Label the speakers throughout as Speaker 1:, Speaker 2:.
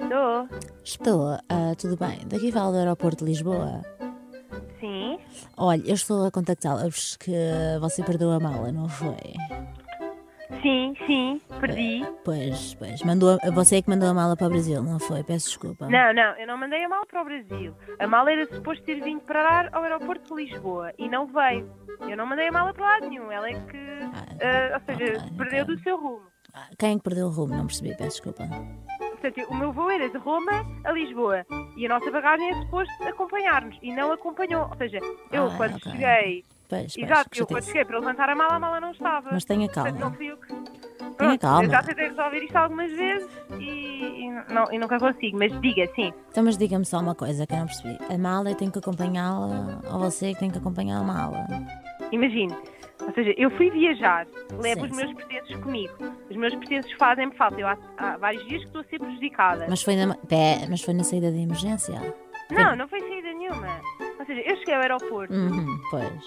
Speaker 1: Estou?
Speaker 2: Estou, ah, tudo bem. Daqui fala do aeroporto de Lisboa.
Speaker 1: Sim?
Speaker 2: Olha, eu estou a contactá-la-vos que você perdeu a mala, não foi?
Speaker 1: Sim, sim, perdi.
Speaker 2: Pois, pois, mandou a- você é que mandou a mala para o Brasil, não foi? Peço desculpa.
Speaker 1: Não, não, eu não mandei a mala para o Brasil. A mala era suposto ter vindo parar ao aeroporto de Lisboa e não veio. Eu não mandei a mala para lado nenhum. Ela é que. ah, ou seja,
Speaker 2: ok,
Speaker 1: perdeu
Speaker 2: ok.
Speaker 1: do seu rumo.
Speaker 2: Ah, Quem é que perdeu o rumo? Não percebi, peço desculpa.
Speaker 1: Portanto, o meu voo era de Roma a Lisboa e a nossa bagagem é suposto acompanhar-nos e não acompanhou. Ou seja, eu
Speaker 2: Ah,
Speaker 1: quando
Speaker 2: ok.
Speaker 1: cheguei.
Speaker 2: Pois, pois,
Speaker 1: Exato,
Speaker 2: que
Speaker 1: eu quando
Speaker 2: chatice.
Speaker 1: cheguei para levantar a mala, a mala não estava.
Speaker 2: Mas tenha
Speaker 1: Portanto, não
Speaker 2: calma.
Speaker 1: fui eu que.
Speaker 2: Tenha
Speaker 1: Pronto,
Speaker 2: calma.
Speaker 1: Eu já tentei resolver isto algumas vezes e, e não, e nunca consigo. Mas diga, sim.
Speaker 2: Então, mas diga-me só uma coisa que eu não percebi. A mala eu tenho que acompanhá-la ou você é que tem que acompanhar a mala?
Speaker 1: Imagine, ou seja, eu fui viajar, levo
Speaker 2: Sim,
Speaker 1: os meus pertences comigo. Os meus pertences fazem-me falta. Eu há, há vários dias que estou a ser prejudicada.
Speaker 2: Mas foi na, pé, mas foi na saída de emergência?
Speaker 1: Não, não foi saída nenhuma. Ou seja, eu cheguei ao aeroporto
Speaker 2: Uhum, pois.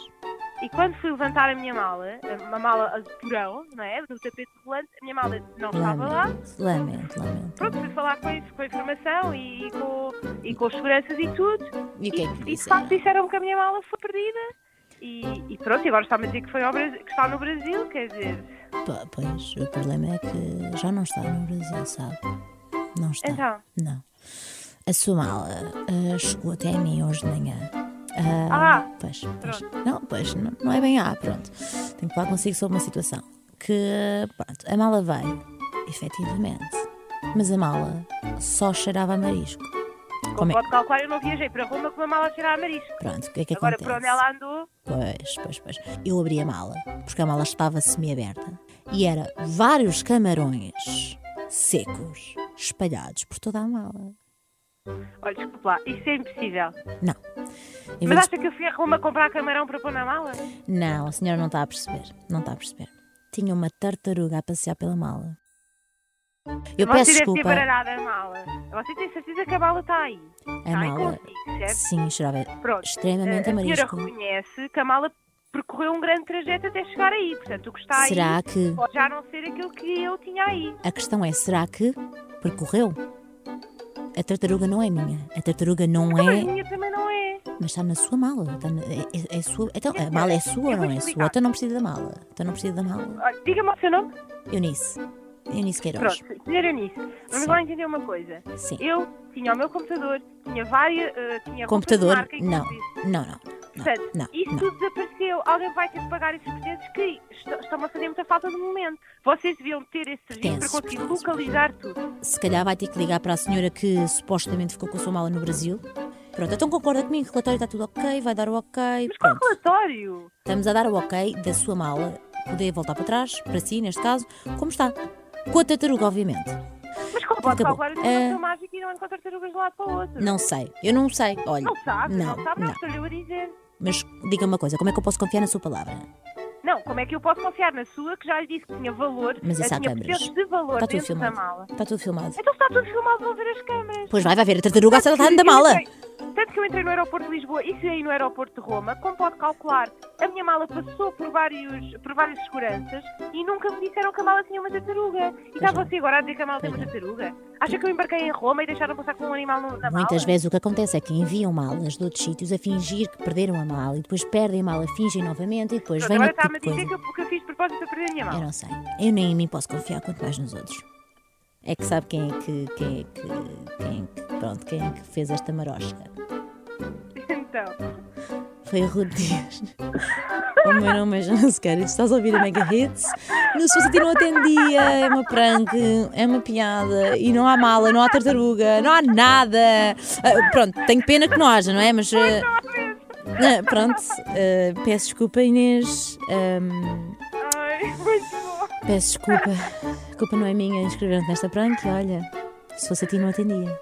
Speaker 1: e quando fui levantar a minha mala, a- uma mala a- de porão, não é? Do tapete rolante, a minha mala não estava lá.
Speaker 2: Lamento, lamento, lamento.
Speaker 1: Pronto, fui falar com a, com a informação e, e com, e com as seguranças e tudo.
Speaker 2: E o que é que
Speaker 1: e de facto
Speaker 2: disseram?
Speaker 1: disseram que a minha mala foi perdida. E, e pronto, e agora está-me a dizer que, foi ao Brasil, que está no Brasil, quer dizer.
Speaker 2: Po- Pois, o problema é que já não está no Brasil, sabe? Não está.
Speaker 1: Então.
Speaker 2: Não. A sua mala ah, chegou até a mim hoje de manhã.
Speaker 1: Ah,
Speaker 2: Pois, pois. Não, pois, não, não é bem ah, pronto. Tenho que falar consigo sobre uma situação. Que, pronto, a mala veio, efetivamente. Mas a mala só cheirava a marisco. Como
Speaker 1: Como
Speaker 2: é-
Speaker 1: pode calcular, eu não viajei para Roma com uma mala a cheirar a marisco.
Speaker 2: Pronto, o que é que
Speaker 1: Agora,
Speaker 2: acontece?
Speaker 1: por onde ela andou,
Speaker 2: Pois, pois, pois. Eu abri a mala, porque a mala estava semi-aberta. E era vários camarões secos espalhados por toda a mala.
Speaker 1: olha, desculpe lá, isso é impossível.
Speaker 2: Não. Em
Speaker 1: Mas
Speaker 2: vez de-
Speaker 1: acha que eu fui a Roma comprar camarão para pôr na mala?
Speaker 2: Não, a senhora não está a perceber. Não está a perceber. Tinha uma tartaruga a passear pela mala.
Speaker 1: Você
Speaker 2: Eu peço
Speaker 1: deve ter
Speaker 2: desculpa.
Speaker 1: baralhado a mala. Você tem certeza que a mala está aí?
Speaker 2: A
Speaker 1: está aí
Speaker 2: mala.
Speaker 1: consigo, certo?
Speaker 2: Sim, cheirava
Speaker 1: Pronto.
Speaker 2: extremamente a
Speaker 1: a senhora
Speaker 2: marisco.
Speaker 1: reconhece que a mala percorreu um grande trajeto até chegar aí. Portanto, o que está aí
Speaker 2: Será que.
Speaker 1: pode já não ser aquilo que eu tinha aí.
Speaker 2: A questão é: será que percorreu? A tartaruga não é minha. A tartaruga não
Speaker 1: Então, Mas a
Speaker 2: é.
Speaker 1: minha também não é.
Speaker 2: Mas está na sua mala. Está na, é, é- é sua. Então, a
Speaker 1: Minha
Speaker 2: mala é
Speaker 1: senhora,
Speaker 2: sua ou
Speaker 1: eu vou
Speaker 2: não é sua?
Speaker 1: explicar.
Speaker 2: Então não precisa da mala. Então não precisa da mala.
Speaker 1: Olha, Ah, Diga-me o seu nome.
Speaker 2: Eunice. Eunice Queiroz.
Speaker 1: Pronto, senhora Eunice, vamos
Speaker 2: Sim.
Speaker 1: lá entender uma coisa.
Speaker 2: Sim.
Speaker 1: Eu tinha o meu computador, tinha várias. eh, tinha roupas
Speaker 2: Computador?
Speaker 1: de marca e
Speaker 2: Não.
Speaker 1: tudo isso.
Speaker 2: Não, não.
Speaker 1: Portanto,
Speaker 2: não,
Speaker 1: isso
Speaker 2: não.
Speaker 1: tudo desapareceu. Alguém vai ter de pagar esses pertences que est- estão a fazer muita falta no momento. Vocês deviam ter esse serviço
Speaker 2: Pertences,
Speaker 1: para conseguir
Speaker 2: pertences,
Speaker 1: localizar tudo.
Speaker 2: Se calhar vai ter que ligar para a senhora que supostamente ficou com a sua mala no Brasil. Pronto, então concorda comigo. O relatório está tudo ok, vai dar o ok.
Speaker 1: Mas qual
Speaker 2: Pronto.
Speaker 1: relatório?
Speaker 2: Estamos a dar o ok da sua mala. Poder voltar para trás, para si, neste caso. Como está? Com a tartaruga, obviamente.
Speaker 1: Mas como pode
Speaker 2: Acabou.
Speaker 1: calcular a
Speaker 2: Eh,
Speaker 1: situação mágica e não encontrar tartarugas de um lado para o outro?
Speaker 2: Não sei, eu não sei. Olha,
Speaker 1: Não sabe, não,
Speaker 2: Não,
Speaker 1: sabe,
Speaker 2: não.
Speaker 1: não, estou-lhe a dizer.
Speaker 2: mas diga uma coisa: como é que eu posso confiar na sua palavra?
Speaker 1: Não, como é que eu posso confiar na sua que já lhe disse que tinha valor,
Speaker 2: Mas
Speaker 1: eh,
Speaker 2: isso há
Speaker 1: tinha
Speaker 2: câmaras.
Speaker 1: pertences de valor
Speaker 2: Está tudo
Speaker 1: dentro da mala?
Speaker 2: filmado. Está tudo filmado.
Speaker 1: Então está tudo filmado, vão ver as câmaras.
Speaker 2: Pois vai, vai ver a tartaruga, se ela está dentro da
Speaker 1: Eu
Speaker 2: mala.
Speaker 1: entrei- Tanto que eu entrei no aeroporto de Lisboa e saí no aeroporto de Roma, como pode calcular, a minha mala passou por, vários, por várias seguranças e nunca me disseram que a mala tinha uma tartaruga. E está
Speaker 2: não.
Speaker 1: você agora a dizer que a mala tem
Speaker 2: Pois
Speaker 1: uma tartaruga? Acha que eu embarquei em Roma e deixaram passar com um animal no- na mala?
Speaker 2: Muitas vezes o que acontece é que enviam malas de outros sítios a fingir que perderam a mala e depois perdem a mala, fingem novamente e depois
Speaker 1: Pronto,
Speaker 2: vem
Speaker 1: agora
Speaker 2: outro
Speaker 1: está-me
Speaker 2: tipo
Speaker 1: a
Speaker 2: de
Speaker 1: dizer que
Speaker 2: coisa.
Speaker 1: eu, que eu fiz de propósito para perder a minha
Speaker 2: Eu
Speaker 1: mala.
Speaker 2: não sei. Eu nem em mim posso confiar, quanto mais nos outros. É que sabe quem é que. Quem é que. Quem é que pronto, quem é que fez esta marosca?
Speaker 1: Então,
Speaker 2: Foi o Rude Dias. O meu nome é Jonas Carlos. Estás a ouvir a Mega Hits? No se você não atendia, é uma prank, é uma piada. E não há mala, não há tartaruga, não há nada. Ah, pronto, tenho pena que não haja, não é? Mas. ah, ah, pronto, ah, peço desculpa, Inês. Ahm,
Speaker 1: ai, muito bom.
Speaker 2: peço desculpa. A culpa não é minha em inscrever-te nesta prank. E olha, se fosse a ti, não atendia.